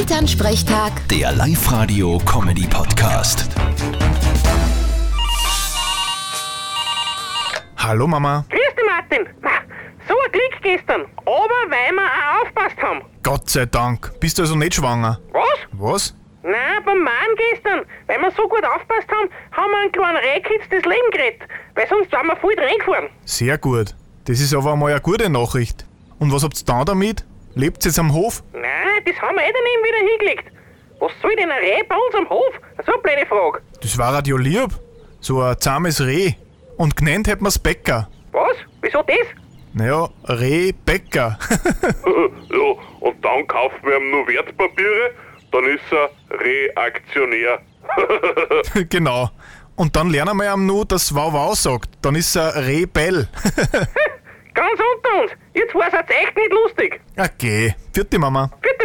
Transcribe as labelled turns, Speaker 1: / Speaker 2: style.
Speaker 1: Elternsprechtag,
Speaker 2: Der Live-Radio-Comedy-Podcast.
Speaker 3: Hallo Mama.
Speaker 4: Grüß dich, Martin. Pah, So ein Glück gestern. Aber weil wir auch aufpasst haben.
Speaker 3: Gott sei Dank. Bist du also nicht schwanger?
Speaker 4: Was?
Speaker 3: Was?
Speaker 4: Nein, beim Mann gestern. Weil wir so gut aufpasst haben, haben wir einen kleinen Rehkitz das Leben gerettet. Weil sonst waren wir voll reingefahren.
Speaker 3: Sehr gut. Das ist aber einmal eine gute Nachricht. Und was habt ihr da damit? Lebt jetzt am Hof?
Speaker 4: Nein, das haben wir eh daneben wieder hingelegt. Was soll denn ein Reh bei uns am Hof? So eine blöde Frage.
Speaker 3: Das war ja lieb. So ein zahmes Reh. Und genannt hätten wir's Bäcker.
Speaker 4: Was? Wieso das?
Speaker 3: Naja, Rehbäcker.
Speaker 5: Ja, und dann kaufen wir ihm nur Wertpapiere, dann ist er Reaktionär.
Speaker 3: genau. Und dann lernen wir am nur, dass Wow Wow sagt. Dann ist er Rebell.
Speaker 4: Ganz unter uns. Ihr zwei seid echt nicht lustig.
Speaker 3: okay. Vierte Mama.
Speaker 4: Bitte,